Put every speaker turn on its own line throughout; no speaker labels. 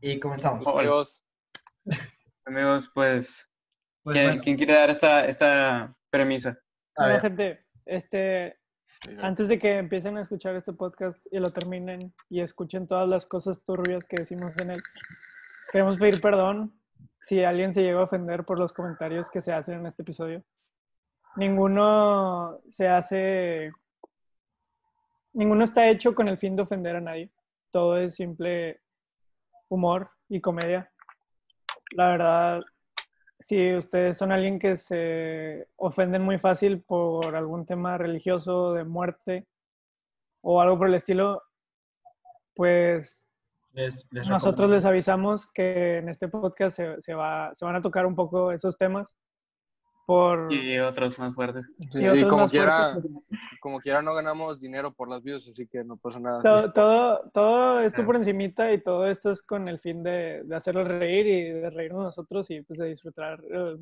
Y comenzamos.
Oh,
Hola.
Adiós.
Amigos, pues,
Pues
¿quién,
bueno,
quién quiere dar esta, esta premisa?
a
Bueno,
ver,
gente, este, antes de que empiecen a escuchar este podcast y lo terminen y escuchen todas las cosas turbias que decimos en él, queremos pedir perdón si alguien se llegó a ofender por los comentarios que se hacen en este episodio. Ninguno se hace, ninguno está hecho con el fin de ofender a nadie. Todo es simple humor y comedia. La verdad, si ustedes son alguien que se ofenden muy fácil por algún tema religioso, de muerte o algo por el estilo, pues
les- les
nosotros
recomiendo.
les avisamos que en este podcast se, se va, se van a tocar un poco esos temas por...
Y otros más fuertes.
y
Sí, y
otros
como
más pues,
quiera,
fuertes.
como quiera no ganamos dinero por las views, así que no pasa nada.
Todo, todo, todo esto
Ah.
por encimita y todo esto es con el fin de, de hacerlos reír y de reírnos nosotros y pues de disfrutar eh,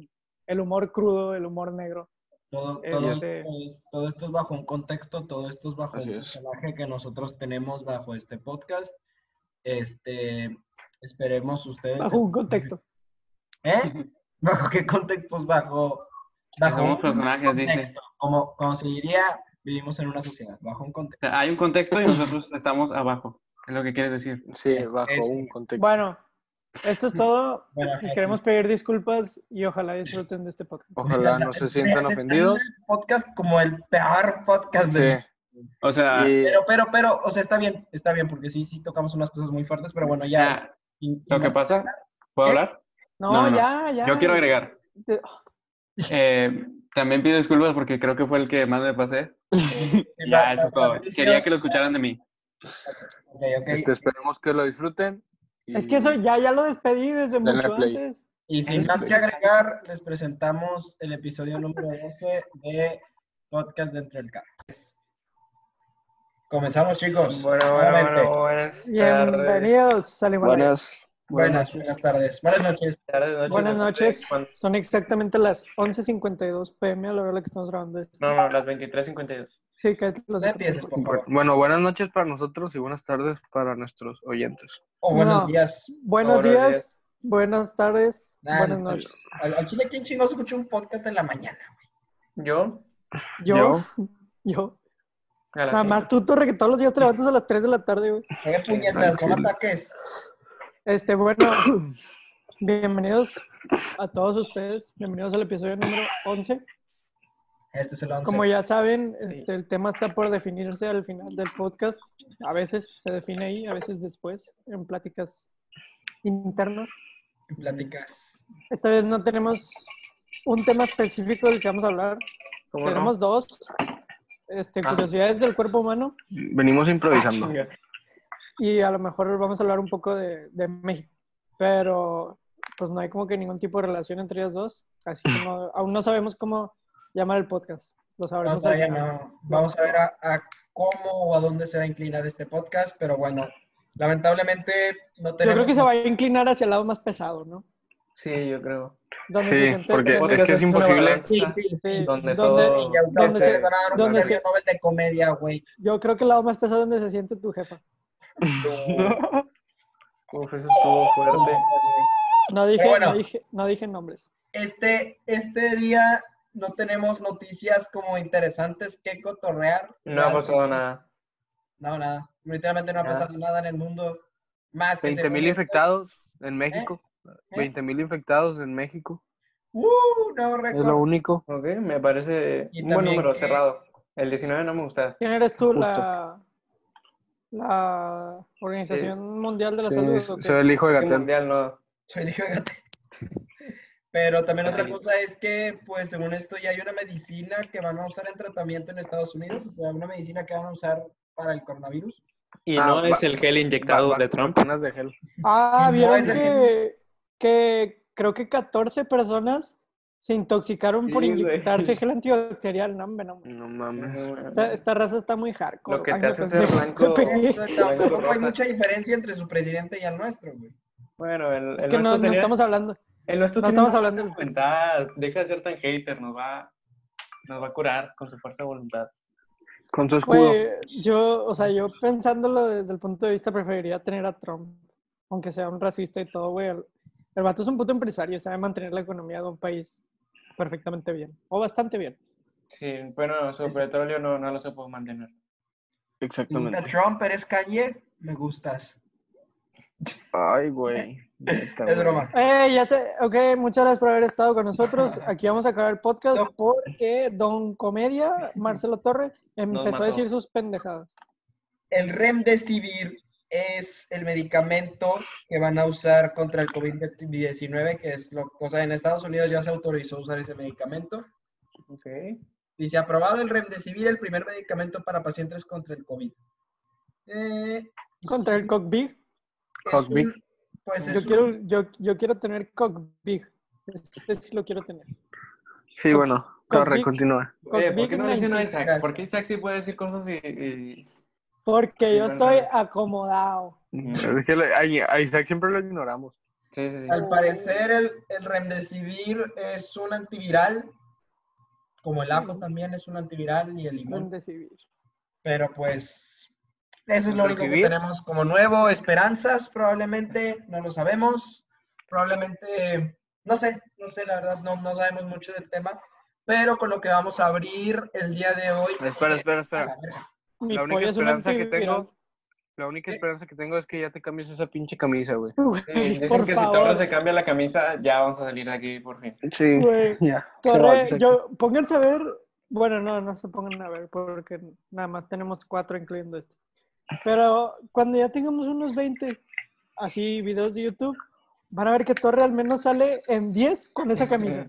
el humor crudo, el humor negro.
Todo,
Eh,
todo
este-
esto es, todo esto es bajo un contexto, todo esto es bajo
Así
el
es.
personaje que nosotros tenemos bajo este podcast. Este, esperemos ustedes.
Bajo un contexto.
¿Eh? ¿Bajo qué contexto? Pues bajo. bajo
Somos
un
personajes, dice.
contexto. Como, como se diría, vivimos en una sociedad, bajo un contexto.
O sea, hay un contexto y nosotros estamos abajo. Es lo que quieres decir.
Sí, bajo
es-
un contexto.
Bueno, esto es todo.
Bueno,
Les queremos pedir disculpas y ojalá disfruten de este podcast.
Oh,
Ojalá no se sientan
Están en
ofendidos.
Este el Podcast como el peor podcast
Sí,
de.
O sea,
y
Pero, pero, pero, o sea, está bien, está bien, porque sí, sí tocamos unas cosas muy fuertes, pero bueno, ya.
ya,
sin- sin
lo que
más-
pasa, ¿puedo
¿Eh?
hablar?
No,
No, no,
ya, ya.
Yo quiero agregar.
Te-
eh, también pido disculpas porque creo que fue el que más me pasé. Ya, eso es todo. Quería que lo escucharan de mí.
Ok, ok.
este, esperemos que lo disfruten. y-
Es que eso ya, ya lo despedí desde
Dale
mucho
play.
antes.
Y sin más que agregar, les presentamos el episodio número 12 de Podcast de Entre el Carro. Comenzamos, chicos. Nuevamente.
buenas
Bienvenidos, al igual.
Buenas.
Buenas, buenas tardes. Buenas noches.
tardes, noches,
Buenas
no sé
noches.
cuándo-
Son exactamente las 11.52 pm a la hora a la que estamos grabando esto.
No, no, las 23.52.
Sí, que los
No empieces, por favor.
Bueno, buenas noches para nosotros y buenas tardes para nuestros oyentes.
O buenos
No.
días.
Buenos
Buenos
días,
días.
buenas tardes,
Nah,
buenas
no,
noches.
Al, al chile, ¿quién chingados escucha un podcast en la mañana?
Yo,
Yo, yo.
a las
Nada más tú, Torre, que todos los días te levantas a las 3 de la tarde, güey.
Eh,
Este,
puñetas,
Al
no
chile.
ataques.
Este, bueno, bienvenidos a todos ustedes. Bienvenidos al episodio número 11.
Este es el once.
Como ya saben, este, el tema está por definirse al final del podcast. A veces se define ahí, a veces después, en pláticas internas.
Platicas.
Esta vez no tenemos un tema específico del que vamos a hablar.
¿Cómo no?
Tenemos dos. Este,
Ah.
curiosidades del cuerpo humano
Venimos
Ah,
improvisando.
y a lo mejor vamos a hablar un poco de, de México. Pero pues no hay como que ningún tipo de relación entre ellas dos. Así que no- aún no sabemos cómo llamar el podcast. Lo
No,
sabremos al
todavía
final.
no. Vamos a ver a, a cómo o a dónde se va a inclinar este podcast, pero bueno, lamentablemente no
Yo
tenemos.
creo que se va a inclinar hacia el lado más pesado, ¿no?
Sí, yo creo.
Donde
Sí,
se siente-
porque
donde-
es que es
una
imposible.
balanza
Sí, sí, sí.
sí, donde-
donde todo...
Y a ustedes
¿Dónde
se-
les van a dar un
dónde
premio
se-
Nobel de comedia, güey.
yo creo que el lado más pesado es donde se siente tu jefa.
Uf, eso estuvo fuerte.
No dije,
Pero bueno.
no dije, no dije nombres.
Este, este día no tenemos noticias como interesantes que cotorrear.
No ha pasado nada.
No, nada. Literalmente no ha
Nada.
pasado nada en el mundo. Más que
20.000
según-
infectados
¿Eh?
en México. 20.000 infectados en México.
¡Uh! Nuevo
¿Eh?
Es lo
récord.
único.
Ok, me parece
Y
un buen
también
número,
que-
cerrado. El 19 no me gusta.
¿Quién eres tú?
Justo.
La, la Organización Mundial de la
Sí,
Salud. ¿o qué?
soy el hijo de
El
Gatel.
mundial no.
Soy el hijo de Gatel. Pero también otra
Ay.
cosa es que, pues, según esto, ya hay una medicina que van a usar en tratamiento en Estados Unidos, o sea, una medicina que van a usar para el coronavirus.
Y
Ah,
no
va-
es el gel inyectado
Va- va-
de Trump.
vacunas de gel.
Ah,
No,
vieron
es el
que, que creo que 14 personas se intoxicaron por
Sí, güey.
inyectarse gel antibacterial. No, hombre, no, hombre.
No mames.
Esta, esta raza está muy hardcore.
Lo que
Ay,
te
me
hace
pendejo,
ser blanco-
me pegué.
O sea, tampoco
Rosa.
hay mucha diferencia entre su presidente y el nuestro, güey.
Bueno, el,
Es
el
que no,
nuestro
no
tenía-
estamos hablando.
el nuestro
no
tiene
estamos
una
hablando
fuerza
del-
voluntad. Deja de ser tan hater, nos va, nos va a curar con su fuerza de voluntad.
Con
Pues,
su escudo.
Güey, yo, o sea, yo pensándolo desde el punto de vista preferiría tener a Trump. aunque sea un racista y todo, güey, el, el vato es un puto empresario, sabe mantener la economía de un país perfectamente bien, o bastante bien.
Sí, bueno, su petróleo no, no lo supo mantener.
Me gusta
Exactamente.
Trump, eres Kanye, me gustas.
Ay, güey.
Eh,
neta,
Es
güey.
broma.
Eh, ya sé, ok, muchas gracias por haber estado con nosotros. Aquí vamos a acabar el podcast
No.
porque Don Comedia, Marcelo Torre, empezó
mató.
a decir sus pendejadas.
El Remdesivir es el medicamento que van a usar contra el COVID-19, que es lo, o sea, en Estados Unidos ya se autorizó usar ese medicamento.
Ok.
Dice, aprobado el Remdesivir, el primer medicamento para pacientes contra el COVID. Eh,
Contra el Cock Big.
es
Cockpit.
un- pues es
Yo
un-
quiero, yo, yo quiero tener Cock Big. Este sí lo quiero tener.
Sí, bueno,
Con
Torre,
Vic.
continúa.
Oye, ¿por qué no le dicen a
COVID-19.
Isaac? ¿Por qué Isaac sí puede decir cosas y... y-
Porque yo
Sí,
estoy
verdad.
acomodado.
Es que le- a a Isaac siempre lo ignoramos.
Sí, sí, sí.
Al parecer el, el Remdesivir es un antiviral, como el ajo también es un antiviral y el limón.
Remdesivir.
Pero pues eso es lo único que
Recibir.
tenemos como nuevo. Esperanzas, probablemente, no lo sabemos. Probablemente, no sé, no sé, la verdad, no, no sabemos mucho del tema. Pero con lo que vamos a abrir el día de hoy.
Espera, espera,
A
espera.
la verga.
Mi
La única
pollo es un
esperanza que
antiviral.
tengo, la única esperanza que tengo es que ya te cambies esa pinche camisa, güey.
Güey,
Sí, dicen
por
que si
favor.
Torres se cambia la camisa, ya vamos a salir de aquí por fin.
Sí,
Güey,
ya.
Torre, yo, pónganse a ver. Bueno, no, no se pongan a ver porque nada más tenemos cuatro incluyendo este. Pero cuando ya tengamos unos 20 así videos de YouTube, van a ver que Torre al menos sale en 10 con esa camisa.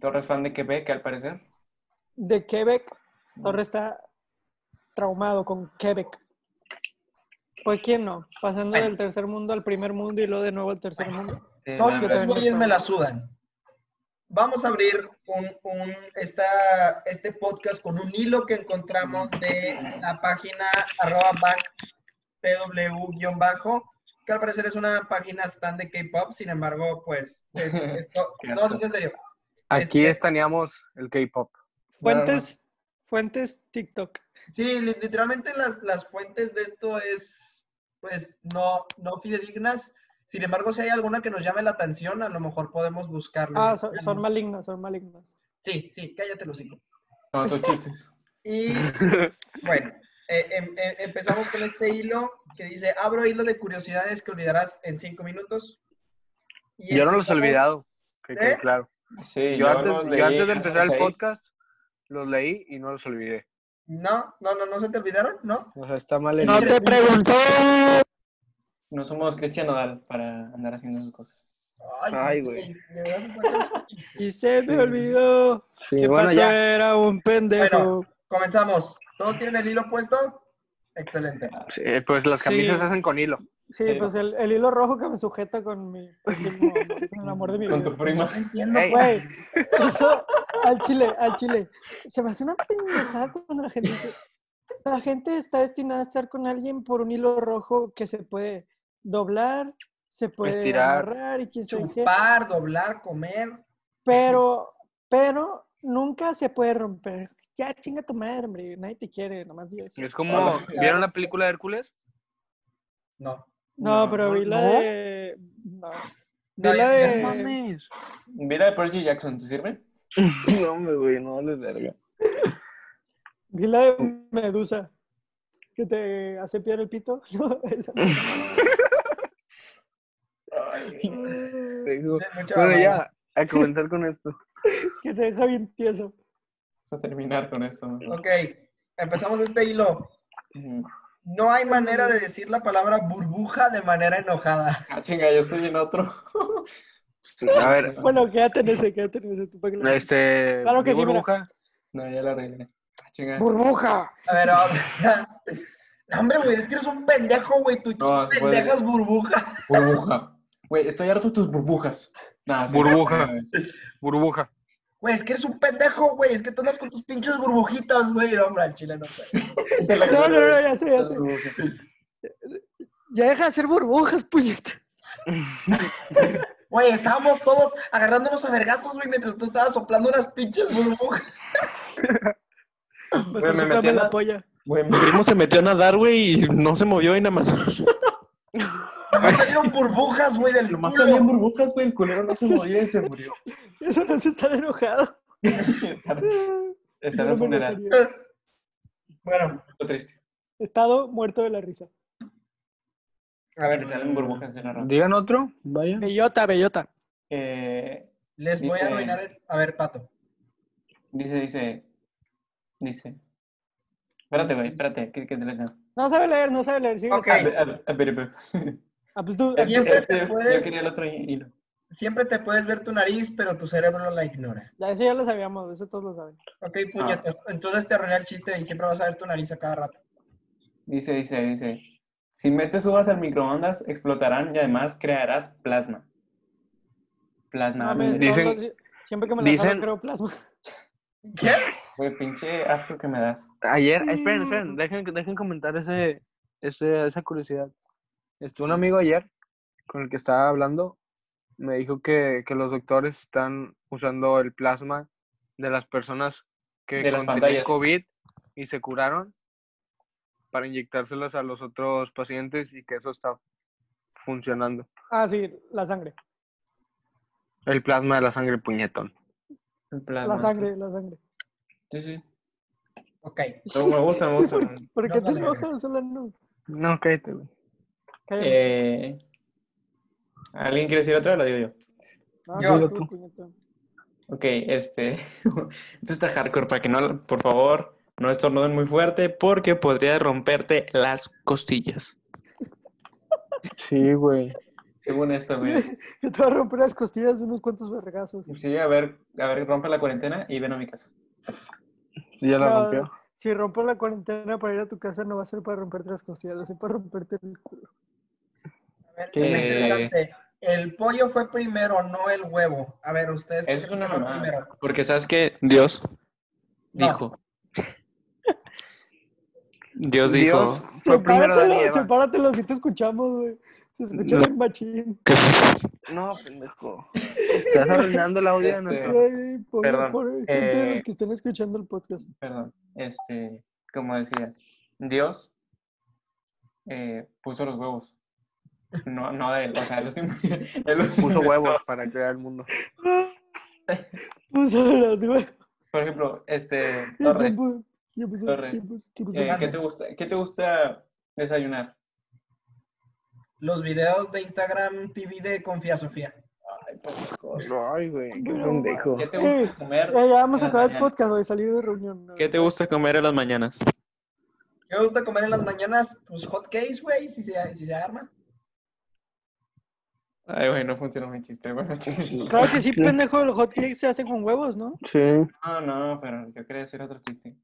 Torres fan de Quebec, al parecer.
De Quebec, Torre está traumado con Quebec. Pues quién no, pasando del tercer mundo al primer mundo y luego de nuevo al tercer mundo.
Sí,
Todos
la
los
yo
verdad.
también
güeyes
lo
me la sudan. Vamos a abrir un, un- esta, este podcast con un hilo que encontramos de la página arroba back pw-bajo, que al parecer es una página stand de K-pop, sin embargo, pues, es- esto-
Qué
no,
asco.
no, en serio.
Aquí
Este-
estaneamos el K-pop.
Fuentes, fuentes TikTok.
Sí, li- literalmente las, las fuentes de esto es, pues, no, no fidedignas. Sin embargo, si hay alguna que nos llame la atención, a lo mejor podemos buscarla.
Ah, son, son malignos, son malignos.
Sí, sí, cállate los hijos.
Como sus chistes.
Y bueno, eh, em- em- empezamos con este hilo que dice, abro hilo de curiosidades que olvidarás en cinco minutos. Y
Yo no los he
empezamos-
olvidado, que quede
¿Eh?
claro.
Sí,
Yo antes,
los
yo
leí
antes de
hace
empezar el
seis.
podcast los leí y no los olvidé.
No, no, no, no se te olvidaron, ¿no?
O sea, está mal el...
No te
pregunto.
No somos Cristian Nodal para andar haciendo esas cosas.
Ay, güey.
de verdad,
Y se me olvidó que
Sí, bueno,
Pato
ya.
era un pendejo.
Comenzamos. ¿Todos tienen el hilo puesto? Excelente.
Sí, pues las
Sí.
camisas se hacen con hilo.
sí,
Sí.
pues el, el hilo rojo que me sujeta con mi último amor, con el amor de mi
Con tu
vida.
prima.
No entiendo.
Ey.
Güey, eso al chile, al chile. Se me hace una pendejada cuando la gente dice, la gente está destinada a estar con alguien por un hilo rojo que se puede doblar, se puede
Estirar.
agarrar y quién sabe qué,
Chupar, doblar, comer.
pero, pero nunca se puede romper. Ya chinga tu madre, hombre, nadie te quiere, nomás digo eso.
Es como...
Hola.
¿Vieron la película de Hércules?
No.
No,
No,
pero vi la
¿no?
de. No. Vi
Ay,
la
no
de.
mames.
Mira de Percy Jackson, ¿te sirve?
No, me güey, no les verga.
Vi la de Medusa. Que te hace piar el pito. No, esa. que
Digo,
Mucha
Bueno,
mamada.
ya, a comenzar con esto.
te deja bien tieso.
Vamos a terminar con esto. ¿no?
Ok, empezamos este hilo.
Mm.
No hay manera de decir la palabra burbuja de manera enojada.
Ah, chinga, yo estoy en otro.
A ver,
Bueno, quédate en ese, quédate en ese. Tú para que lo-
este...
Claro que
¿vi
sí, mira.
burbuja?
No, ya la arreglé. Ah, chinga.
¡Burbuja!
A ver, ahora. No, hombre, güey, es que eres un pendejo, güey. Tú
No, se puede.
pendejas burbuja.
Burbuja. Güey, estoy harto de tus burbujas. Nah, sí.
Burbuja. Burbuja.
Güey, es que eres un pendejo, güey. Es que tú andas con tus pinches burbujitas, güey. No, hombre, al chile no puede.
Te la-
No, no, no, ya sé, ya sé.
Burbuja.
Ya deja de hacer burbujas, puñeta.
Güey, estábamos todos agarrándonos a vergazos, güey, mientras tú estabas soplando unas pinches burbujas.
Mejor
me
soplame
metí a
la
la-
polla.
Güey, mi primo se metió a nadar, güey, y no se movió y nada más.
nomás salieron burbujas, güey, del
Nomás
culo.
salían burbujas, güey. El culero no se movía y se murió.
Eso no es estar enojado.
Está está en
Yo no
el
me
funeral.
enojaría.
Bueno,
Lo triste.
Estado muerto de la risa.
a
Se
ver,
salen burbujas de la ropa.
Digan otro, vaya.
Bellota, bellota.
Eh,
les voy a arruinar el... A ver, Pato.
dice, dice. Dice. Espérate, güey, espérate. Que, que te la leo.
No sabe leer, no sabe leer. Sigue.
Ok.
A ver, a ver, a ver, a ver.
Ah, pues tú,
Aquí Siempre
Este,
te
Yo
puedes-
quería el otro hilo.
Siempre te puedes ver tu nariz, pero tu cerebro la ignora.
ya, eso ya lo sabíamos, eso todos lo saben.
Ok,
Ah.
puñetas. Entonces te arruiné el chiste y siempre vas a ver tu nariz a cada rato.
Dice, dice, dice. Si metes uvas al microondas, explotarán y además crearás plasma. Plasma.
Mames,
Mames,
dicen-
todos los- siempre que me la
dicen-
jalo, creo plasma.
¿Qué?
güey, pinche asco que me das.
Ayer, esperen, esperen, dejen, dejen comentar ese, ese- esa curiosidad. Este, un amigo ayer con el que estaba hablando me dijo que, que los doctores están usando el plasma de las personas que
De las
contenían
pantallas.
COVID y se curaron para inyectárselos a los otros pacientes y que eso está funcionando.
Ah, sí, la sangre.
El plasma de la sangre puñetón.
El plasma.
La sangre, la sangre.
Sí, sí.
Ok.
No, me gusta, me gusta.
¿Por qué
No
te
vale, güey.
enojas, Solano?
No, cállate, güey.
Cállate.
Eh, ¿Alguien quiere decir otra? Lo digo yo.
No,
yo-
tú,
tú.
puñetón.
Ok, este. Esto está hardcore para que no, por favor, no estornuden muy fuerte porque podría romperte las costillas.
Sí, güey.
Según esto, güey.
Yo te voy a romper las costillas de unos cuantos vergazos.
Sí, a ver, a ver, rompe la cuarentena y ven a mi casa.
Ya la
No,
rompió.
Si rompo la cuarentena para ir a tu casa, no va a ser para romperte las costillas, va a ser para romperte el culo.
A ver,
¿Qué?
déjense. El pollo fue primero, no el huevo. A ver, ustedes.
Eso es una
¿qué fue
mamada.
primero?
Porque sabes que Dios
No.
dijo.
Dios
Dios dijo.
fue primero Adán y
Sepáratelo,
Eva.
sepáratelo si te escuchamos, güey. Se escucha
No.
bien machín.
que-
No, pendejo.
Estás arruinando el audio de
Este,
nuestro...
Ay, por,
Perdón,
por gente de los
eh,
que estén escuchando el podcast.
Perdón. Este, como decía, Dios eh, puso los huevos. No, no de él, o sea, él los, in- él los
Puso
inventó.
huevos para crear el mundo.
Puso las, güey.
Por ejemplo, este,
Y
Torre,
¿quién puso- quién puso-
Torre.
quién puso- quién puso?
eh, ¿qué, te gusta, ¿qué te gusta desayunar?
Los videos de Instagram TV de Confía Sofía.
Ay, güey, qué
No,
pendejo.
¿Qué te
Eh,
gusta comer?
Ya, ya vamos a
en las
acabar el
mañanas?
podcast, güey, salir de reunión. ¿no?
¿Qué te gusta comer en las mañanas?
¿Qué me gusta comer en
Mm.
las mañanas? Pues hot cakes, güey, si se, si se arma.
Ay, güey, no funcionó mi chiste. Bueno,
Claro que sí, pendejo, los hotcakes se hacen con huevos, ¿no?
Sí.
no, no, pero yo quería hacer otro chiste.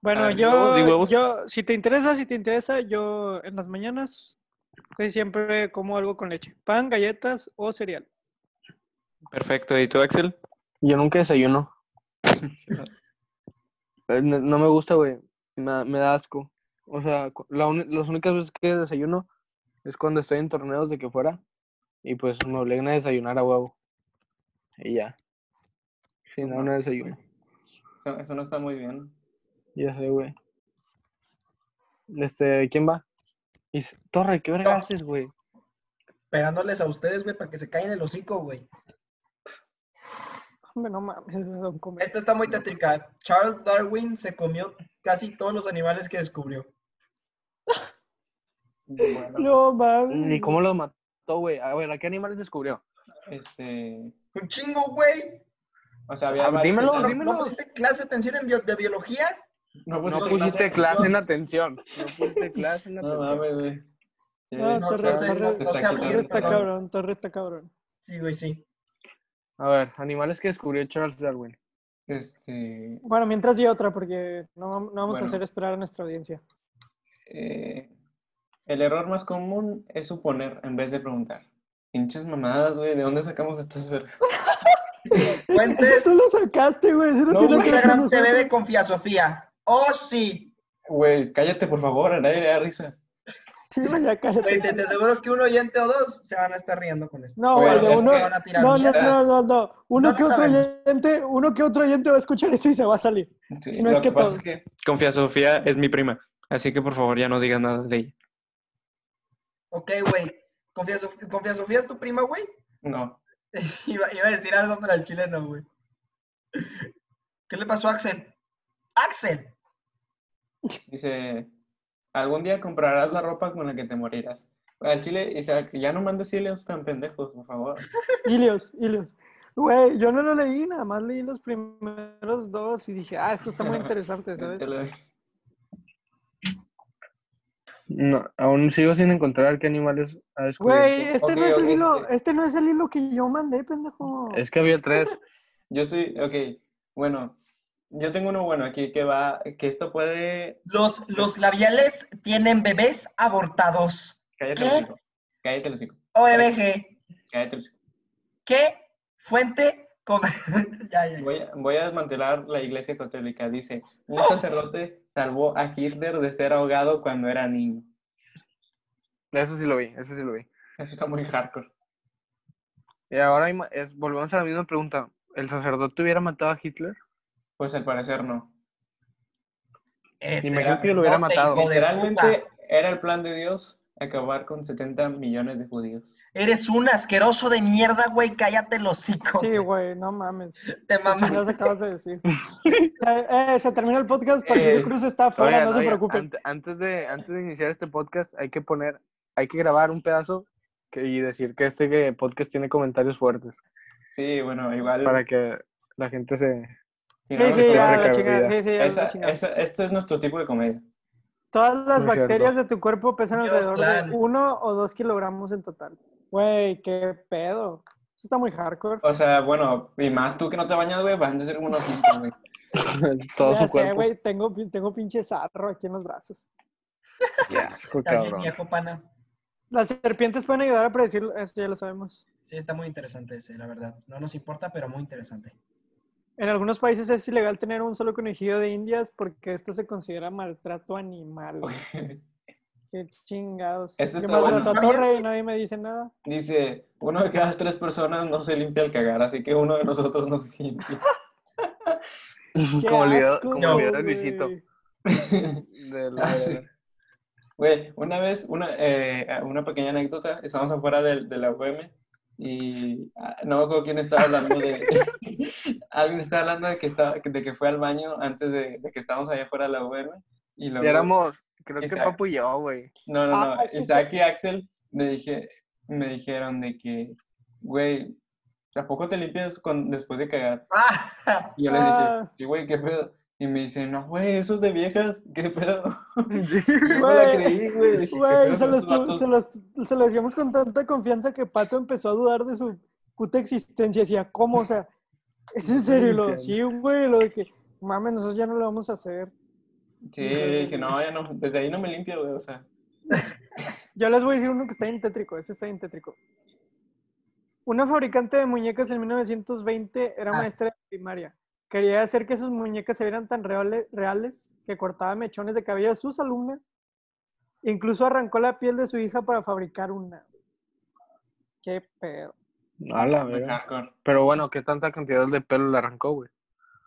Bueno,
ver, huevos y
yo,
Ah, huevos.
yo, si te interesa, si te interesa, yo en las mañanas casi siempre como algo con leche. Pan, galletas o cereal.
Perfecto, ¿y tú, Axel?
Yo nunca desayuno. Eh, No, no me gusta, güey. Me, da- me da asco. O sea, cu- la uni- las únicas veces que desayuno es cuando estoy en torneos de que fuera. Y pues me obligan a desayunar a huevo. Y ya. Si no, no desayuno.
Eso, eso no está muy bien.
Ya sé, güey. Este, ¿quién va? Is- Torre, ¿qué verga
Yo.
haces, güey?
Pegándoles a ustedes, güey, para que se caigan el hocico, güey.
Hombre, no mames, don comer.
Esta está muy tétrica. Charles Darwin se comió casi todos los animales que descubrió.
Bueno,
No mames.
¿Y cómo lo mató, güey? A ver, ¿a qué animales descubrió?
este...
Un chingo, güey.
O sea, había
Ah,
varios
dímelo,
que
¿No,
estaban-
dímelo.
no pusiste clase de atención en bio- de biología?
No
No
Pues
pusiste
pusiste clase en atención. No pusiste clase en
No
atención.
mames, güey. Sí,
No,
no,
Torre,
Charles
Torre,
o
te
sea,
está
Torre
Torre
quitando
está
todo.
cabrón, Torre está cabrón.
Sí, güey, sí.
A ver, animales que descubrió Charles Darwin.
Este...
Bueno, mientras di otra, porque no, vam- no vamos a
Bueno.
hacer esperar a nuestra audiencia.
eh, El error más común es suponer en vez de preguntar. Pinches mamadas, güey. ¿De dónde sacamos estas vergas?
Eso
Fuentes
tú lo sacaste, güey. Eso no,
No,
tiene que ver con
Instagram TV de
nosotros.
Confía Sofía. Oh, sí.
Güey, cállate, por favor. A nadie le da risa.
Sí, güey, ya
Güey, te,
cállate.
te aseguro que un oyente o dos se van a estar riendo con esto.
No, güey,
Bueno,
de
es
uno.
que
van a tirar
No, no,
mierda.
no, no, no. Uno
No
que
lo
otro
sabemos.
oyente, uno que otro oyente va a escuchar eso y se va a salir.
Sí,
Si no es
lo
que
pasa
todo.
es que Confía Sofía es mi prima, así que por favor ya no digas nada de ella.
Ok, güey. Confía, Sof- Confía Sofía es tu prima, güey.
No.
Iba, iba a decir algo para el chileno, güey. ¿Qué le pasó a Axel? ¡Axel!
Dice, algún día comprarás la ropa con la que te morirás. Al chile, Isaac, ya no mandes hilos tan pendejos, por favor.
Ilios, Ilios. Güey, yo no lo leí, nada más leí los primeros dos y dije, ah, esto está muy interesante, ¿sabes?
Te lo-
No, aún sigo sin encontrar qué animales ha descubierto.
Güey, este no
Ok,
es el
ok,
hilo,
este-
este no es el hilo que yo mandé, pendejo.
Es que había tres.
Yo estoy, ok, bueno, yo tengo uno bueno aquí que va, que esto puede...
Los, los labiales tienen bebés abortados.
Cállate
¿Qué?
los hijos. ¿Eh? Cállate los hijos.
OMG.
Cállate los hijos.
¿Qué fuente? com- ya, ya, ya.
Voy a, voy a desmantelar la iglesia católica. Dice, un sacerdote salvó a Hitler de ser ahogado cuando era niño.
Eso sí lo vi, eso sí lo vi.
Eso está muy hardcore.
Y ahora hay ma- es- volvemos a la misma pregunta. ¿El sacerdote hubiera matado a Hitler?
Pues al parecer no.
Ese
Imagínate que lo hubiera
sacerdote,
matado.
hijo de puta.
Literalmente era el plan de Dios acabar con 70 millones de judíos.
Eres un asqueroso de mierda, güey. Cállate el hocico.
Sí, güey, no mames.
Te
¿Qué chingados
mamaste.
acabas de decir? Eh, eh, se terminó el podcast, Patricio
Eh,
Cruz está afuera,
Oigan,
no se
oigan,
preocupen.
ante- antes, de, antes de iniciar este podcast, hay que poner, hay que grabar un pedazo que- y decir que este que- podcast tiene comentarios fuertes
Sí, bueno, igual.
para que la gente se...
si no,
Sí,
no
sí,
está
ya,
recargado.
la
recargado,
chingada,
ya.
sí, sí, ya,
Esa-
la chingada.
esa- este es nuestro tipo de comedia.
Todas las
Muy cierto.
bacterias de tu cuerpo pesan
Dios
alrededor
plan.
de uno o dos kilogramos en total. Güey, qué pedo. Eso está muy hardcore.
O sea, bueno, y más tú que no te bañas, güey, van a ser como unos cinco, güey.
todo
ya
su
sé,
cuerpo.
güey, tengo, pin- tengo pinche sarro aquí en los brazos.
Qué asco,
Está bien,
cabrón.
viejo pana.
Las serpientes pueden ayudar a predecir, esto ya lo sabemos.
Sí, está muy interesante ese, la verdad. No nos importa, pero muy interesante.
En algunos países es ilegal tener un solo conejillo de indias porque esto se considera maltrato animal. güey. Qué chingados.
Esto
Yo
está
maltrato a
bueno.
Torre y nadie me dice nada.
Dice, uno de cada tres personas no se limpia al cagar, así que uno de nosotros no se limpia.
Qué
Como el video,
asco,
como el video
güey.
de Luisito. del-
Ah, sí. Güey, una vez, una, eh, una pequeña anécdota, estábamos afuera del- de, la UM y ah, no me acuerdo quién estaba hablando de... alguien estaba hablando de que, estaba, de que fue al baño antes de, de que estábamos allá afuera de la UM y
Y
luego...
éramos, creo que
Isaac.
Papu y yo, güey.
No, no, no.
Ah, es que
Isaac y Axel me, dije, me dijeron de que, güey, tampoco te limpias con, después de cagar?
¡Ah!
Y yo les dije,
Ah.
"Sí, güey, ¿qué pedo? Y me dicen, no, güey, eso es de viejas, ¿qué pedo?
Sí.
Y yo no la
Güey,
creí, güey. Dije, "¿Qué
Güey,
pedo
se
con
los,
estos vatos?".
se, los, se los decíamos con tanta confianza que Pato empezó a dudar de su puta existencia. Decía, ¿cómo? O sea, ¿es en serio? Y Lo, sí, güey, lo de que, mames, nosotros ya no lo vamos a hacer.
Sí, dije, no, ya no, desde ahí no me limpio, güey, o sea.
Yo les voy a decir uno que está bien tétrico, ese está bien tétrico. Una fabricante de muñecas en 1920 era
Ah.
maestra de primaria. Quería hacer que sus muñecas se vieran tan reale- reales que cortaba mechones de cabello de sus alumnas. Incluso arrancó la piel de su hija para fabricar una. Qué pedo.
A la
muy
verga.
hardcore.
Pero bueno, ¿qué tanta cantidad de pelo le arrancó, güey?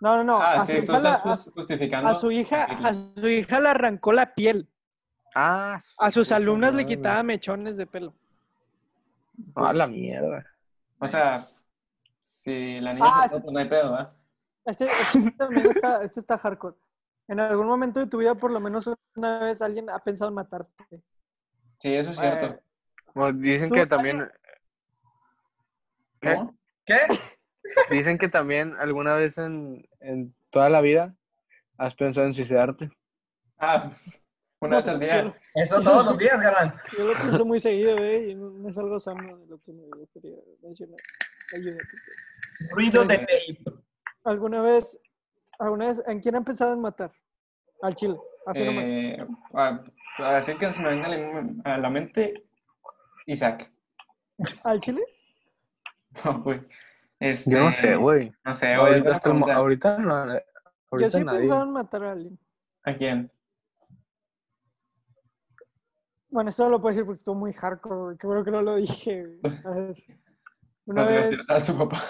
No, no, no.
Ah,
a, su
sí,
hija
tú
la-
estás
a-
jus- justificando.
a su hija,
Hitler.
a su hija le arrancó la piel.
Ah,
A sus
su
alumnas le
madre.
quitaba mechones de pelo.
A la mierda.
O sea, si la niña
Ah,
se toca, no hay pedo, ¿verdad?
Este, este también está, este está hardcore. En algún momento de tu vida, por lo menos una vez, alguien ha pensado en matarte.
Sí, eso es
Bueno.
cierto.
Bueno, dicen
¿Tú,
que
Jaime?
también, ¿Qué?
¿No?
¿Qué?
dicen que también alguna vez en, en toda la vida has pensado en suicidarte.
Ah, una
pues,
vez al día.
Eso todos los días, carnal.
Yo lo pienso muy seguido, ¿eh? Y no, no es algo sano de lo que me gustaría mencionar. Ayúdate.
Ruido de tape.
¿Alguna vez, alguna vez, en quién han pensado en matar? Al chile, así nomás.
Eh, ah, así que se me venga a la- a la mente Isaac.
¿Al chile?
No, güey. Este,
Yo no sé, güey.
No sé, güey.
Ahorita,
buena
hasta el mo-
pregunta.
ahorita no. eh,
Yo
Ahorita
sí he
nadie.
pensado en matar a alguien.
¿A quién?
Bueno, esto no lo puedo decir porque estuvo muy hardcore, güey. Qué bueno que no lo dije, güey. A ver. Una
No te iba a
vez.
tirar a su papá.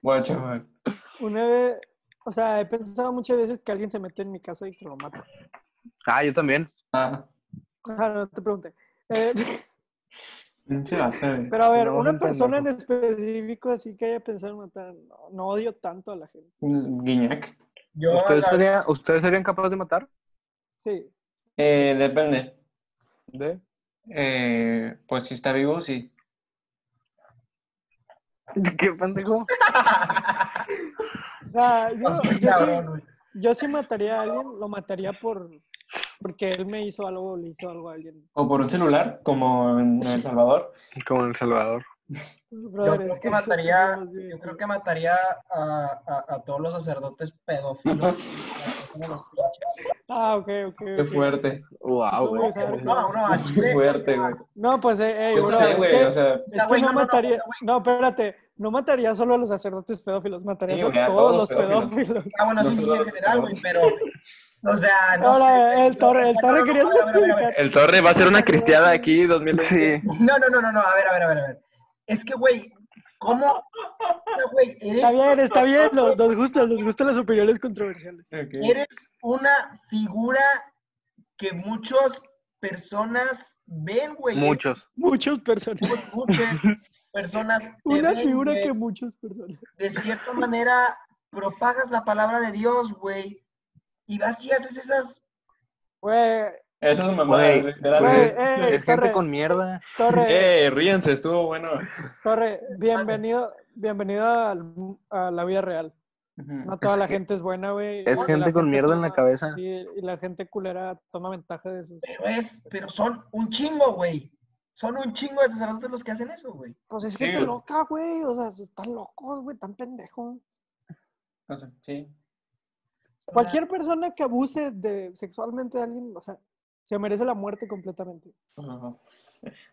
bueno, chaval.
Una vez, o sea, he pensado muchas veces que alguien se mete en mi casa y que lo mata.
Ah, yo también.
Ah,
Ajá, no te pregunté. Eh,
Pinche basura, güey.
Pero a ver,
No,
una
un
persona en específico así que haya pensado en matar. No, no odio tanto a la gente.
Guiñac.
Yo,
¿Ustedes,
la-
serían, ¿Ustedes serían capaces de matar?
Sí.
Eh, depende.
¿De?
Eh, pues si está vivo, sí.
¿Qué pendejo?
Ah, yo, yo
cabrón,
sí,
güey.
yo sí mataría a alguien, lo mataría por porque él me hizo algo, le hizo algo a alguien.
O por un celular, como en El Salvador.
Como en El Salvador.
Brother,
creo
es
que
eso-
mataría-
Dios,
Yo creo que mataría a, a- a todos los sacerdotes pedófilos.
Ah, ok, ok.
Qué
ok.
fuerte.
Wow,
güey.
No, no, a
Qué
Chile,
fuerte,
o sea,
güey.
No, pues, eh, eh,
Yo
bro,
también,
es
güey.
que-
O sea,
Es
Ya,
que
güey,
no,
no, no, no,
mataría,
ya,
no, espérate, no mataría solo a los sacerdotes pedófilos, mataría
Sí,
a,
güey, a
todos los
todos los
pedófilos.
pedófilos.
Ah, bueno,
No
sí,
sé
sí,
los
en general, güey,
sacerdotes.
pero. O sea, no.
Ahora,
sé,
el Torre, el Torre quería
No, no, no, a ver, a ver, a ver.
especificar.
El Torre va a ser una cristiada aquí 2020.
Sí.
No, no, no, no, no, a ver, a ver, a ver, a ver. Es que, güey, ¿cómo? O sea, Güey, eres,
Está bien, está bien, nos, nos gustan, nos gustan las opiniones controversiales.
eres una figura que muchas personas ven, güey.
Muchos.
Muchas personas.
Muchas personas. te
Una
ven,
figura
güey.
que muchas personas.
de cierta manera propagas la palabra de Dios, güey. Y vas y haces esas.
Güey,
eso es mamada,
Güey,
güey,
literalmente.
eh,
Es Pues, gente
Torre,
con mierda.
Torre,
Eh, ríense, estuvo bueno.
Torre, bienvenido, bienvenido al- a la vida real.
Ujú.
No toda la gente es buena, güey.
Es
La
gente con mierda en la
toma-
cabeza.
Sí, y la gente culera toma ventaja de sus
Pero es, pero son un chingo, güey. Son un chingo de sacerdotes los que hacen eso, güey.
Pues es
Sí,
gente
güey.
loca, güey. O sea, se- están locos, güey, tan pendejos.
No sé, sí.
Cualquier persona que abuse de sexualmente de alguien, o sea, se merece la muerte completamente.
Ajá.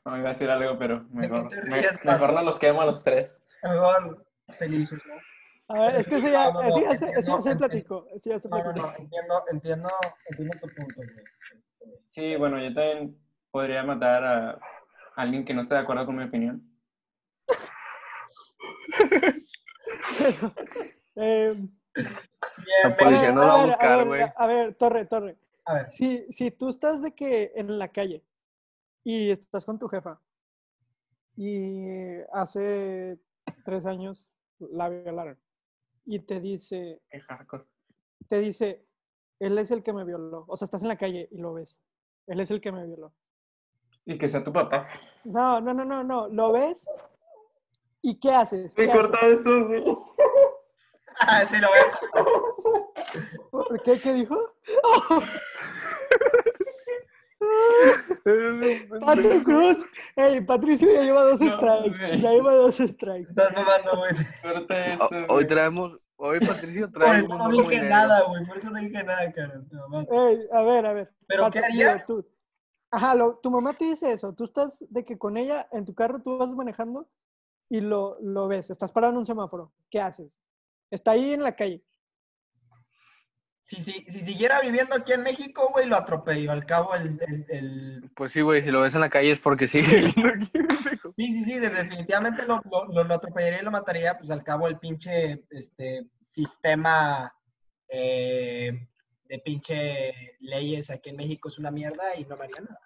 No, iba a decir algo, pero mejor,
qué te
me-
ríes,
mejor no los quemo a los tres.
A lo mejor feliz, ¿no?
A ver, es que eso ya,
No, no, no,
eso ya se, eso ya
entiendo,
se
entiendo.
platicó. Eso ya se
No, no,
platicó.
no, entiendo, entiendo, entiendo tu punto, güey.
Sí, bueno, yo también podría matar a alguien que no esté de acuerdo con mi opinión.
Eh,
Bien,
Pues,
ven-
ya nos va a
ver,
buscar,
ver,
güey.
a ver, Torre, Torre.
a ver,
Si, si tú estás de que en la calle y estás con tu jefa y hace tres años la violaron y te dice,
Qué hardcore.
te dice, él es el que me violó. O sea, estás en la calle y lo ves. Él es el que me violó.
Y que sea tu papá.
No, no, no, no, no. Lo ves. ¿Y qué haces? ¿Qué
Me
haces?
corta eso, güey.
Ah, sí lo ves.
¿Por qué? ¿Qué dijo? Pato Cruz. Ey, Patricio ya lleva dos
No,
strikes.
güey.
Ya lleva dos strikes.
Estás mamando, güey.
Corta eso.
O- Hoy
güey.
traemos, hoy Patricio
Por
trae
eso no dije nada, güey. Por eso no dije nada, cara. te mamaste.
Ey, a ver, a ver.
¿Pero qué haría?
digo, tú- Ajá, lo- tu mamá te dice eso. Tú estás de que con ella en tu carro tú vas manejando y lo, lo ves. Estás parado en un semáforo. ¿Qué haces? Está ahí en la calle.
Si, si, si siguiera viviendo aquí en México, güey, lo atropello. Al cabo, el, el, el
Pues sí, güey, si lo ves en la calle es porque sigue viviendo aquí. pendejo.
Sí, sí, sí, de- definitivamente lo, lo, lo- lo atropellaría y lo mataría, pues al cabo el pinche este, sistema eh, de pinche leyes aquí en México es una mierda y no me haría nada.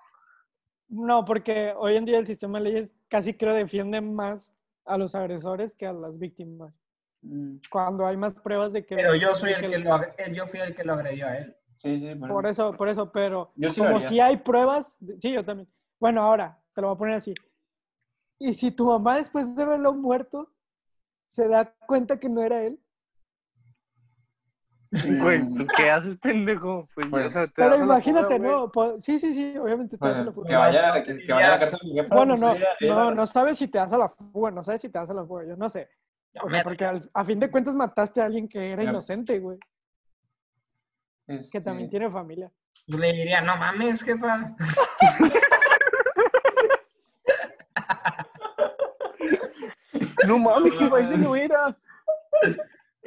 No, porque hoy en día el sistema de leyes casi creo defiende más a los agresores que a las víctimas.
Mm,
Cuando hay más pruebas de que...
Pero yo soy
de
el
que-
que lo, ag- eh, yo fui el que lo agredió a él.
Sí, sí, bueno.
Por eso, por eso, pero
Yo sí lo
como
haría.
si hay pruebas, de- sí, yo también. Bueno, ahora, te lo voy a poner así. Y si tu mamá después de verlo muerto, se da cuenta que no era él.
Mm,
Güey, pues ¿qué haces, pendejo? Pues,
Pues-
o sea, te
Pero
das a la
imagínate,
fuga, güey.
¿no? Po- Sí, sí, sí, obviamente te das a la
bueno, que
fuga.
vaya, que, que vaya a la cárcel. mi jefa,
Bueno,
pues,
no,
ella- ella-
no, no sabes si te das a la fuga, no sabes si te das a la fuga, yo no sé. O sea,
Neta.
porque al- a fin de cuentas mataste a alguien que era
Ya.
inocente, güey, que
pues,
este,
también tiene familia.
Yo pues, le diría, no mames, jefa.
No mames, que país se lo era.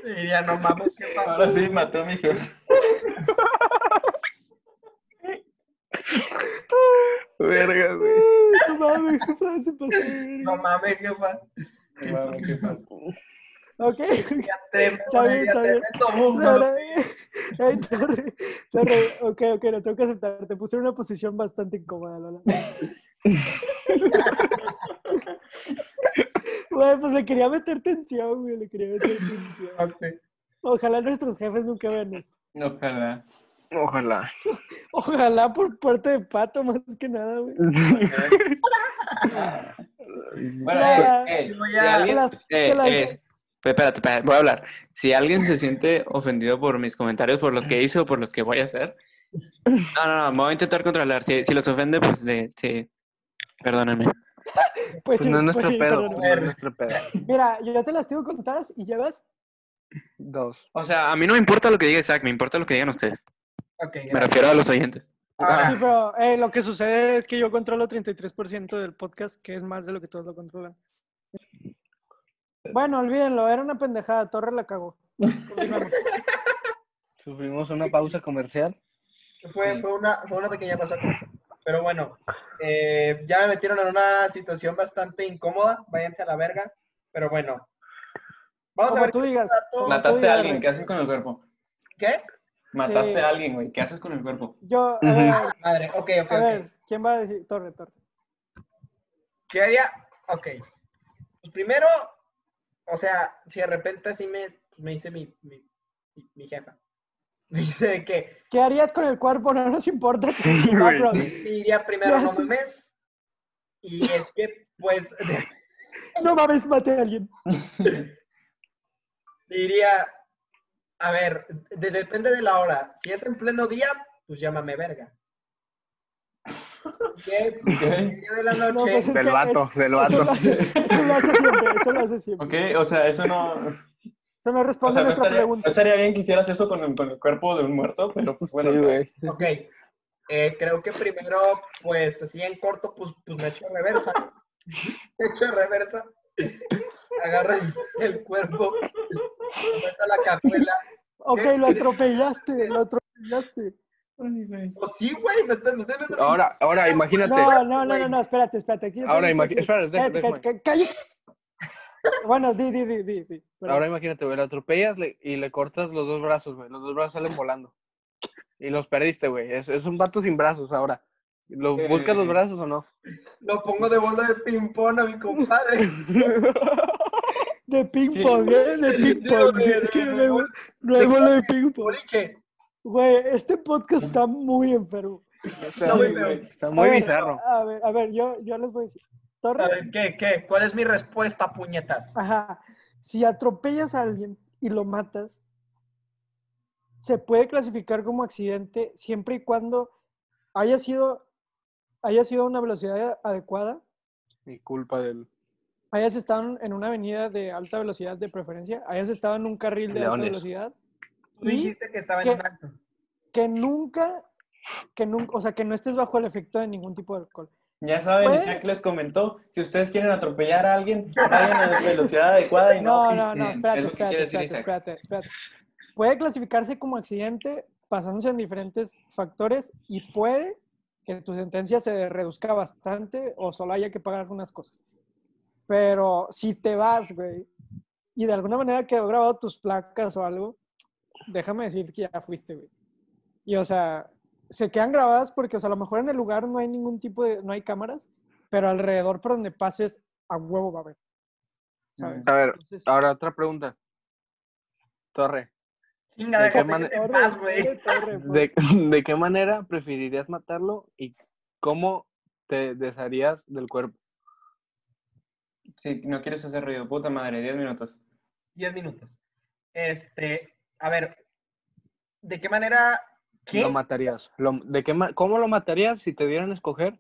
Le diría, no mames, jefa.
Ahora sí, maté a mi jefe.
Verga, güey.
No mames, qué frase pasó de verga.
No mames, jefa.
Bueno, ¿qué pasa?
Ok.
Ya tremendo,
Está
ya
bien, está
tremendo
bien. No,
mundo.
no, Ay, Torre, Torre, ok, ok, lo tengo que aceptar. Te puse en una posición bastante incómoda, Lola. Güey, pues le quería meter tensión, güey, le quería meter tensión. Ojalá nuestros jefes nunca vean esto.
Ojalá.
Ojalá.
Ojalá por parte de pato, más que nada, güey.
Bueno,
Ya.
eh, eh,
Voy
si
a-
alguien-
Las-
Eh,
que las-
eh, pe- espérate, espérate, voy a hablar. Si alguien se siente ofendido por mis comentarios, por los que hice o por los que voy a hacer, no, no, no, me voy a intentar controlar. Si, si los ofende, pues de, sí, perdóname.
Pues
Pues
sí,
no es
pues
nuestro
sí,
pedo.
perdón.
No es nuestro pedo.
Mira, yo ya te las tengo contadas y ya vas.
Dos.
O sea, a mí no me importa lo que diga Isaac, me importa lo que digan ustedes.
Ok, Ah,
Me refiero a los oyentes.
Ah.
ahora,
Sí, pero eh, lo que sucede es que yo controlo 33% del podcast, que es más de lo que todos lo controlan. Bueno, olvídenlo, era una pendejada, Torre la cagó. Continuamos.
Sufrimos una pausa comercial.
Fue, fue, una, fue una pequeña cosa. Pero bueno, eh, ya me metieron en una situación bastante incómoda. Váyanse a la verga. Pero bueno. Vamos a
Como
ver
tú digas. como tú
Mataste a
digas,
alguien,
güey.
¿qué haces con el cuerpo?
qué.
Mataste
Sí.
a alguien, güey, ¿qué haces con el cuerpo?
Yo, a
Ujú.
ver,
Madre, ok, ok,
a
ok.
ver, ¿quién va a decir? Torre, Torre.
¿Qué haría? Ok. Pues primero, o sea, si de repente así me, me dice mi, mi, mi- mi jefa. Me dice de que
¿Qué harías con el cuerpo? No nos importa.
güey,
Va, bro.
me iría primero
Ya
no
sé.
mames. Y es que, pues,
No mames, maté a alguien.
diría, a ver, de- depende de la hora. Si es en pleno día, pues llámame verga. Si es en medio de la
No, pues,
noche,
es
Del
que
vato, del
Eso
vato.
lo, hace, eso lo hace siempre, eso lo hace siempre.
Ok, o sea, eso no. O
Eso no responde
sea,
a
no
nuestra
estaría, no
pregunta.
estaría bien que hicieras eso con el, con el cuerpo de un muerto, pero pues bueno.
Sí, güey.
ok. Eh, creo que primero, pues así en corto, pues, pues me echo reversa. Me echo reversa. Agarro el, el cuerpo, lo meto a la cajuela.
Ok, lo atropellaste, lo atropellaste.
Pues sí, güey, me, estoy- me estoy metiendo-
Ahora, ahora, imagínate.
No, no, no, no, no, espérate, espérate. Aquí yo
Ahora
tengo que
imagi-
decir-
espérate, deja-
Cállate,
déjame.
cállate, cállate. Bueno, di, di, di, di. di. Pero-
Ahora imagínate, güey, lo atropellas le- y le cortas los dos brazos, güey. Los dos brazos salen volando. Y los perdiste, güey. Es, es un vato sin brazos ahora. ¿Lo,
Eh.
¿Buscas los brazos o no?
Lo pongo de bola de ping-pong a mi compadre.
De ping pong, ¿eh? De ping pong. Es que no hay, no hay bola de ping pong.
Boliche.
Güey, este podcast está muy enfermo.
No,
Sí,
güey,
güey.
pero-
Está
A
muy
ver,
bizarro.
A ver, a ver, yo, yo les voy a decir. Torre,
A ver, ¿qué, qué? ¿Cuál es mi respuesta, puñetas?
Ajá. Si atropellas a alguien y lo matas, se puede clasificar como accidente siempre y cuando haya sido, haya sido a una velocidad adecuada,
Mi culpa del.
hayas estado en- en una avenida de alta velocidad de preferencia, hayas estado en un carril de alta
Leones.
velocidad
Tú
y
dijiste que estaba
¿Qué?
en un acto.
que nunca, que nunca, o sea, que no estés bajo el efecto de ningún tipo de alcohol.
Ya saben,
Güey.
Isaac les comentó, si ustedes quieren atropellar a alguien, vayan a la velocidad adecuada y
No,
no.
no, no,
griten.
espérate,
Es lo que
espérate,
quiere decir
espérate,
Isaac.
espérate, espérate. Puede clasificarse como accidente basándose en diferentes factores y puede que tu sentencia se reduzca bastante o solo haya que pagar algunas cosas. Pero si te vas, güey, y de alguna manera quedó grabado tus placas o algo, déjame decir que ya fuiste, güey. Y o sea, se quedan grabadas porque, o sea, a lo mejor en el lugar no hay ningún tipo de, no hay cámaras, pero alrededor por donde pases, a huevo va a haber. ¿Sabes?
A ver,
Entonces-
ahora otra pregunta. Torre,
Chinga,
¿De qué
déjame
manera-
irte en paz, Ah, güey.
¿de, de qué manera preferirías matarlo y cómo te desharías del cuerpo?
Si no quieres hacer ruido, puta madre, 10 minutos.
Diez minutos. Este, a ver, ¿de qué manera? ¿Qué?
Lo matarías. Lo- de qué, ma- ¿Cómo lo matarías si te dieran a escoger?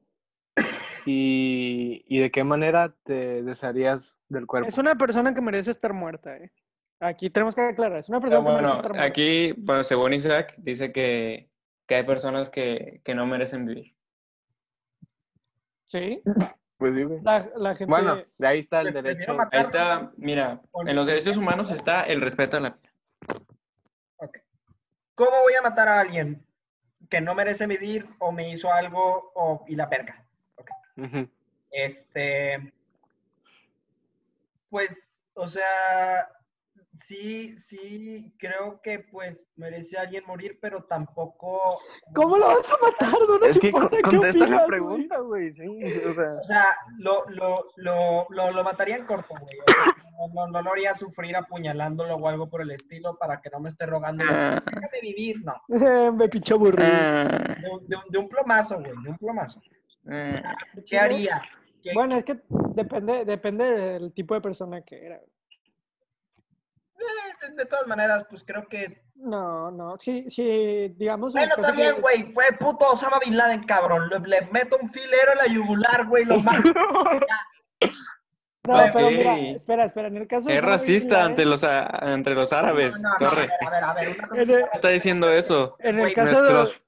Y, y de qué manera te desharías del cuerpo.
Es una persona que merece estar muerta, ¿eh? Aquí tenemos que aclarar, es una persona Pues, que merece
bueno,
estar muerta.
aquí, bueno, según Isaac, dice que, que hay personas que, que no merecen vivir.
Sí,
Pues sí, güey.
la, la gente...
Bueno, de ahí está el
Prefiero
derecho.
matar-
Ahí está, mira, en los derechos humanos está el respeto a la
¿Cómo voy a matar a alguien que no merece vivir o me hizo algo o, y la perca?
Ujú.
Este, pues, o sea, sí, sí, creo que pues merece a alguien morir, pero tampoco.
¿Cómo lo vas a matar? No nos
Es que
importa
con-
qué
contesta
opinas,
la
güey.
pregunta, güey. Sí, o sea,
O sea, lo, lo, lo, lo, lo mataría en corto, güey. O sea, no, no- no lo haría sufrir apuñalándolo o algo por el estilo para que no me esté rogando.
Ah.
Déjame vivir, no.
Eh, Me pincho aburrido.
Ah,
De, un- de un- de un plomazo, güey, de un plomazo.
Pues,
ah.
¿Qué haría? ¿Qué-
Bueno, es que depende, depende del tipo de persona que era.
Eh, De, de todas maneras, pues creo que.
No, no, sí, sí, pues, digamos... en el
Bueno, está
caso que-
bien, güey. Fue puto Osama Bin Laden, cabrón. Le, le meto un filero en la yugular, güey, lo mato.
No, pero mira,
Ey.
espera, espera, en el caso... de eh,
Es
Osama Bin
racista
Laden-
ante los,
ah,
a- entre los árabes.
No, no, no, a
Torre.
ver, a ver, a ver. Una cosa
En el-
es-
está diciendo eso?
En el
Güey,
caso de...
nuestros-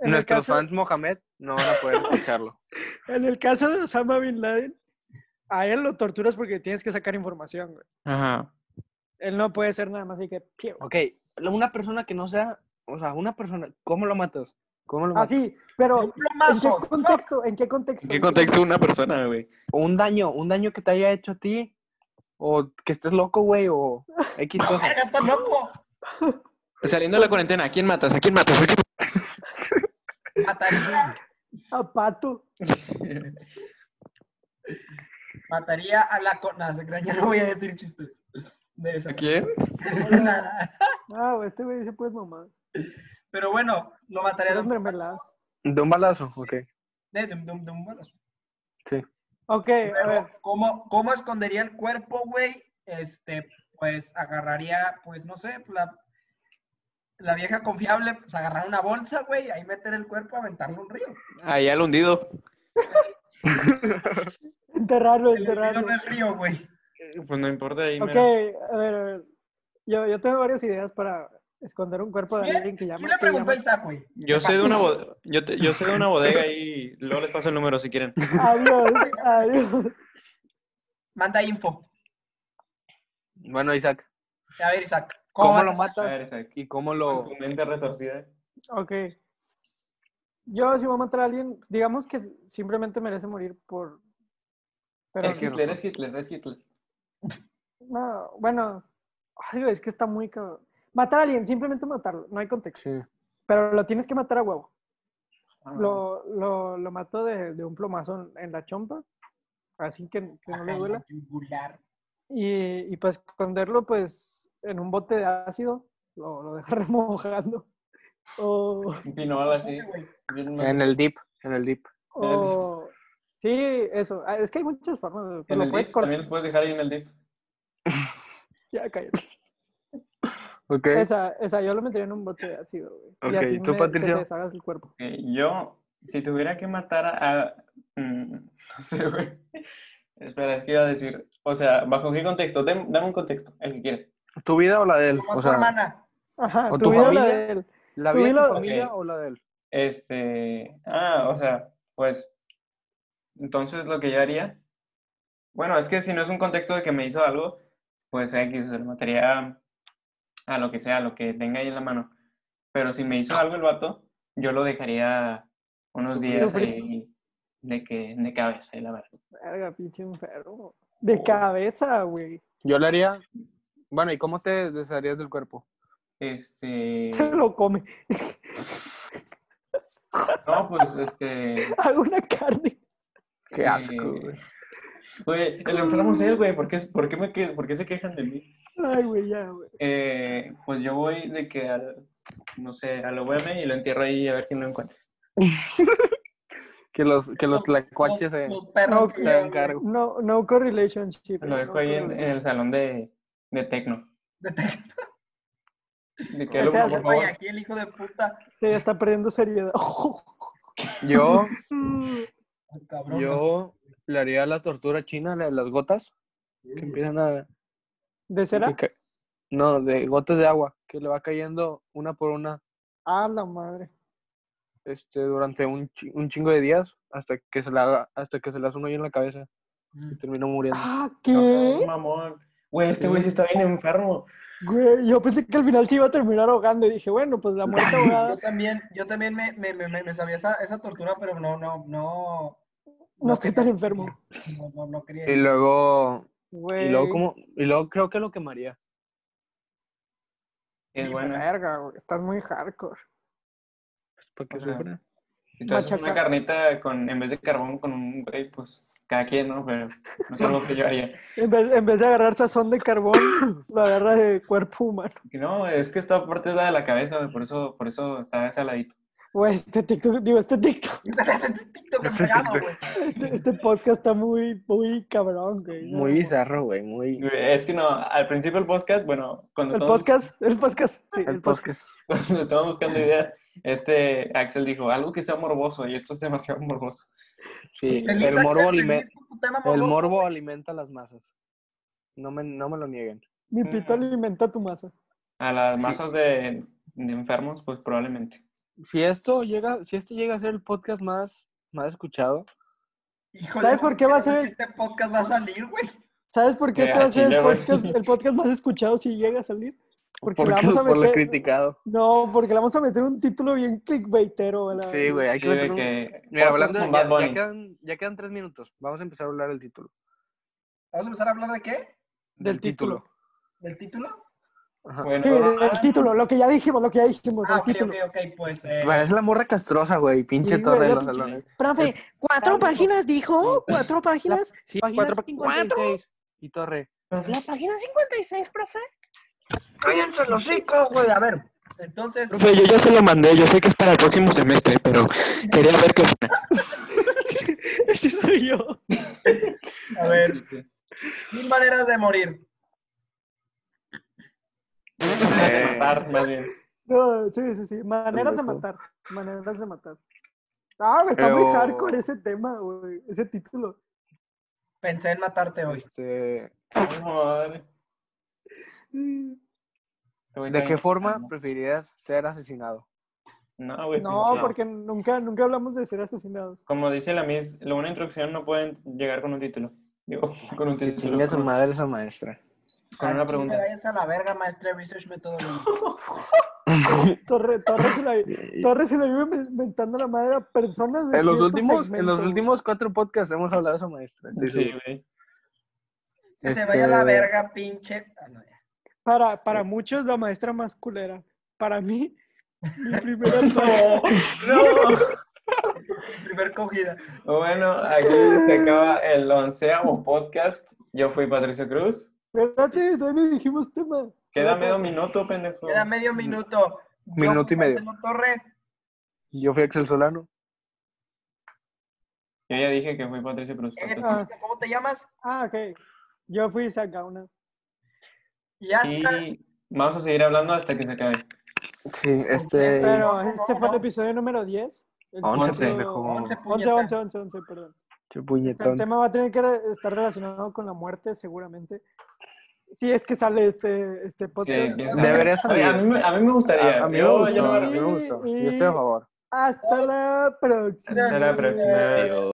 En el,
nuestros
caso,
fans Mohamed no van a poder escucharlo.
en el caso de Osama Bin Laden, a él lo torturas porque tienes que sacar información, güey.
Ajá.
Él no puede ser nada más así que... piu.
Ok, la- una persona que no sea, o sea, una persona, ¿cómo lo matas? ¿Cómo lo matas?
Un
Así, Ah, pero ¿en qué
plomazo.
contexto? ¿En qué contexto?
¿En qué contexto una persona, güey?
O un daño, un daño que te haya hecho a ti, o que estés loco, güey, o X cosa.
Verga, está loco.
Saliendo de la cuarentena, ¿a quién matas? ¿A quién matas? ¿A quién
Mataría,
A Ah, Pato.
mataría a la cona. se crean, Ya no voy a decir chistes. De esa.
¿A quién?
Nada.
Ah, güey, este güey dice pues mamá.
Pero bueno, lo mataría de un,
Hombre, me las.
De un balazo, ok.
de, de un- de un- de un balazo.
Ok, a ver.
Pero, ¿cómo, ¿Cómo escondería el cuerpo, güey? Este, pues agarraría, pues no sé, la, la vieja confiable, pues agarrar una bolsa, güey, ahí meter el cuerpo, aventarlo a un río.
Ahí al hundido.
Enterrarlo,
El río
enterrarlo.
no es río, güey.
Pues no importa ahí,
Ok,
mira.
a ver, a ver. Yo, yo tengo varias ideas para esconder un cuerpo de
¿Quién-
alguien que
¿Quién
llama.
le
que
preguntó a
llama-
Isaac, güey?
Yo sé de una bodega, yo, te- yo sé de una bodega y luego les paso el número si quieren.
Adiós, adiós.
Manda info.
Bueno, Isaac,
A ver, Isaac.
¿cómo,
matas?
lo
A
matas
ver, Isaac.
y cómo
Con
lo...
tu mente retorcida.
Ok. Yo si voy a matar a alguien, digamos que s- simplemente merece morir por... Pero
Es Hitler, es Hitler, es Hitler.
no, bueno, ay, güey, es que está muy cabrón. Matar a alguien, simplemente matarlo, no hay contexto.
Sí.
Pero lo tienes que matar a huevo.
Ah,
Lo, lo, lo mato de, de un plomazo en, en la chompa, así que, que no le
Ay,
duela.
la yugular.
Y, y pues esconderlo pues en un bote de ácido, lo, lo dejo remojando. O,
Un pinol
Ah,
así.
Oye, güey,
bien
En el dip, en el dip.
o- sí, eso. Ah, Es que hay muchas formas. güey, pero
En
lo
el
puedes
dip,
cortar.
también los puedes dejar ahí en el dip.
Ya, cállate.
Ok,
Esa, esa, yo lo metería en un bote de ácido, güey.
Ok,
Y así
¿tú,
me- que
Patricio?
se deshagas el cuerpo.
Eh, yo, si tuviera que matar a... a- mm, no sé, güey. Espera, es que iba a decir... O sea, ¿bajo qué contexto? Dem- dame un contexto, el que quieras.
¿tu vida o la de él?
¿Cómo es
O
tu
sea,
hermana?
Ajá,
¿O
tu
tu
vida o la
familia?
de él.
¿la
¿Tu
vida de tu
vida-
familia
Ok.
o la de él?
Este... Ah, o sea, pues... Entonces lo que yo haría... Bueno, es que si no es un contexto de que me hizo algo, pues X, se lo mataría a- a lo que sea, a lo que tenga ahí en la mano. Pero si me hizo algo el vato, yo lo dejaría unos días
Sufrir.
ahí de que de cabeza, eh, la verdad.
Verga, pinche enfermo. De
Oh.
cabeza, güey.
Yo le haría... Bueno, ¿y cómo te desharías del cuerpo?
Este,
Se lo come.
no, pues este,
Hago una carne.
Qué
eh,
asco, güey.
Güey, el enfermo es él, güey, ¿por qué, por qué me que- por qué se quejan de mí?
Ay, güey, ya, güey.
Eh, pues yo voy de que al, no sé, a lo UM y lo entierro ahí a ver quién lo encuentra.
Que los, que los tlacuaches
Los-
se,
los perros
No,
que
se
claro.
llevan
hagan cargo.
No, no correlationship.
Lo
eh,
dejo
no
ahí en, en el salón de, de tecno.
de tele.
De que
O
alumno,
sea,
por
Güey,
favor.
aquí el hijo de puta.
Sí, ya está perdiendo seriedad.
Yo,
Ay, Cabrón,
yo le haría la tortura china, la de las gotas, que empiezan a...
¿De cera?
que ca- No, de gotas de agua, que le va cayendo una por una
A Ah, la madre.
este, durante un, chi- un chingo de días hasta que se la haga, hasta que se le hace un hoyo en la cabeza y termino muriendo.
Ah,
No seas
¿qué?
mamón. Güey, este güey sí está bien enfermo.
Güey, yo pensé que al final se iba a terminar ahogando. Y dije, bueno, pues la muerte ahogada
Yo también, yo también me, me, me, me- me sabía esa, esa tortura, pero no, no, no.
no estoy tan enfermo.
No, no, no quería.
Y luego,
Güey.
y luego como, y luego creo que lo quemaría.
Es buena.
Verga, güey. Estás muy hardcore.
¿Para
O
qué
sea,
sufra?
Si tú haces una
Machaca.
carnita con, en vez de carbón con un güey, pues cada quien, ¿no? Pero no es algo que yo haría.
En vez, en vez de agarrar sazón de carbón, lo agarra de cuerpo humano.
Que No, es que esta parte es la de la cabeza, güey, por eso, por eso está saladito.
Güey, este TikTok, digo, este TikTok,
TikTok entregado, güey.
este, este podcast está muy, muy cabrón, güey.
Muy bizarro, güey. Muy.
Güey, Es que no, al principio el podcast, bueno, cuando
El
estábamos,
podcast, el podcast, sí, el,
El
podcast.
podcast.
cuando estábamos buscando ideas, este Axel dijo algo que sea morboso y esto es demasiado morboso.
Sí,
Feliz
el
Axel,
morbo,
feliz
alimenta,
con tu tema,
el
morbo.
morbo alimenta las masas. No me, no me lo nieguen.
Mi pito
Mm.
alimenta tu masa.
A las masas de, de enfermos, pues probablemente.
Si esto llega, si este llega a ser el podcast más, más escuchado,
Híjole,
¿Sabes por qué va a ser el-
Este podcast va a salir, güey.
¿Sabes por qué
Eh,
este va a ser
chile,
el
güey.
podcast, el podcast más escuchado si llega a salir? Porque
¿por
le
qué-
vamos a
por lo
meter-
criticado.
No, porque le vamos a meter un título bien clickbaitero. a la-
Sí, güey, hay que
Sí, de
meter un-
que-
Mira,
podcast
hablando de-
con
ya,
Bad
ya
Bunny.
quedan, ya quedan tres minutos. Vamos a empezar a hablar del título.
¿Vamos a empezar a hablar de qué?
Del título.
¿Del título?
Ajá.
Bueno,
Sí,
ahora-
Ah.
el título, lo que ya dijimos, lo que ya dijimos,
Ah,
el
ok,
título.
ok, ok, pues. eh,
Parece la morra castrosa, güey. Pinche
Sí, güey,
torre de
la
los
pinche-
salones.
Profe, cuatro páginas dijo, cuatro páginas.
Sí,
Páginas
cuatro, pa-
56.
Y torre.
La página 56, profe.
Cállense los chicos, güey. A ver, entonces.
Profe, yo ya se lo mandé, yo sé que es para el próximo semestre, pero quería ver qué fuera.
Ese soy yo.
A ver, mil maneras de morir.
de matar, más bien.
No, sí, sí, sí. Maneras de
loco.
matar. Maneras de matar. Ah, güey, está muy
Pero-
hardcore ese tema, güey. Ese título.
Pensé en matarte hoy.
Este,
Ay, madre. Este güey
¿De
está
qué
bien-
forma preferirías ser asesinado?
No,
Pues,
güey.
No,
pinche-
porque nunca, nunca hablamos de ser asesinados.
Como dice la Miss, lo- una introducción no pueden llegar con un título. Digo, con un título.
Chingue su
Con,
madre Ah, esa maestra.
con
Aquí
una
te
pregunta.
vayas a la verga, maestra de Research Methodology.
Torre, Torres se la, Torres se la vive men- mentando la madre a personas de
En los
cierto
últimos, en los
segmento.
últimos cuatro podcasts hemos hablado de esa maestra.
Sí, sí, güey.
Que te vaya a la
Este,
verga, pinche. Ah, no, ya.
Para, para muchos, la maestra más culera. Para mí, mi primera
Primer cogida.
Bueno, aquí se acaba el onceavo podcast. Yo fui Patricio Cruz.
Espérate, todavía no dijimos tema.
Queda medio minuto, pendejo.
Queda medio minuto. Yo,
Minuto y medio.
Marcelo Torre,
Yo fui Axel Solano.
Yo ya dije que fui Patricio Cruz.
en esta
Patricio.
lista, ¿Cómo te llamas?
Ah, ok. Yo fui Isaac Gauna.
Y hasta.
Y vamos a seguir hablando hasta que se acabe.
Sí, este.
Pero
no, no,
este
no,
fue el
no.
episodio número 10. El
Once,
título-
pendejo.
Once,
11,
puñeta.
11, 11, 11, perdón.
Qué
El
puñetón.
tema va a tener que re- estar relacionado con la muerte, seguramente. Si es que sale este, este podcast.
quién sabe.
Debería
A mí,
salir.
a mí me- a mí me gustaría.
A, a mí me
Yo-
gustó,
yo no me
a mí me
arrepiento.
gustó. Yo estoy a favor.
Hasta la próxima.
Hasta la próxima.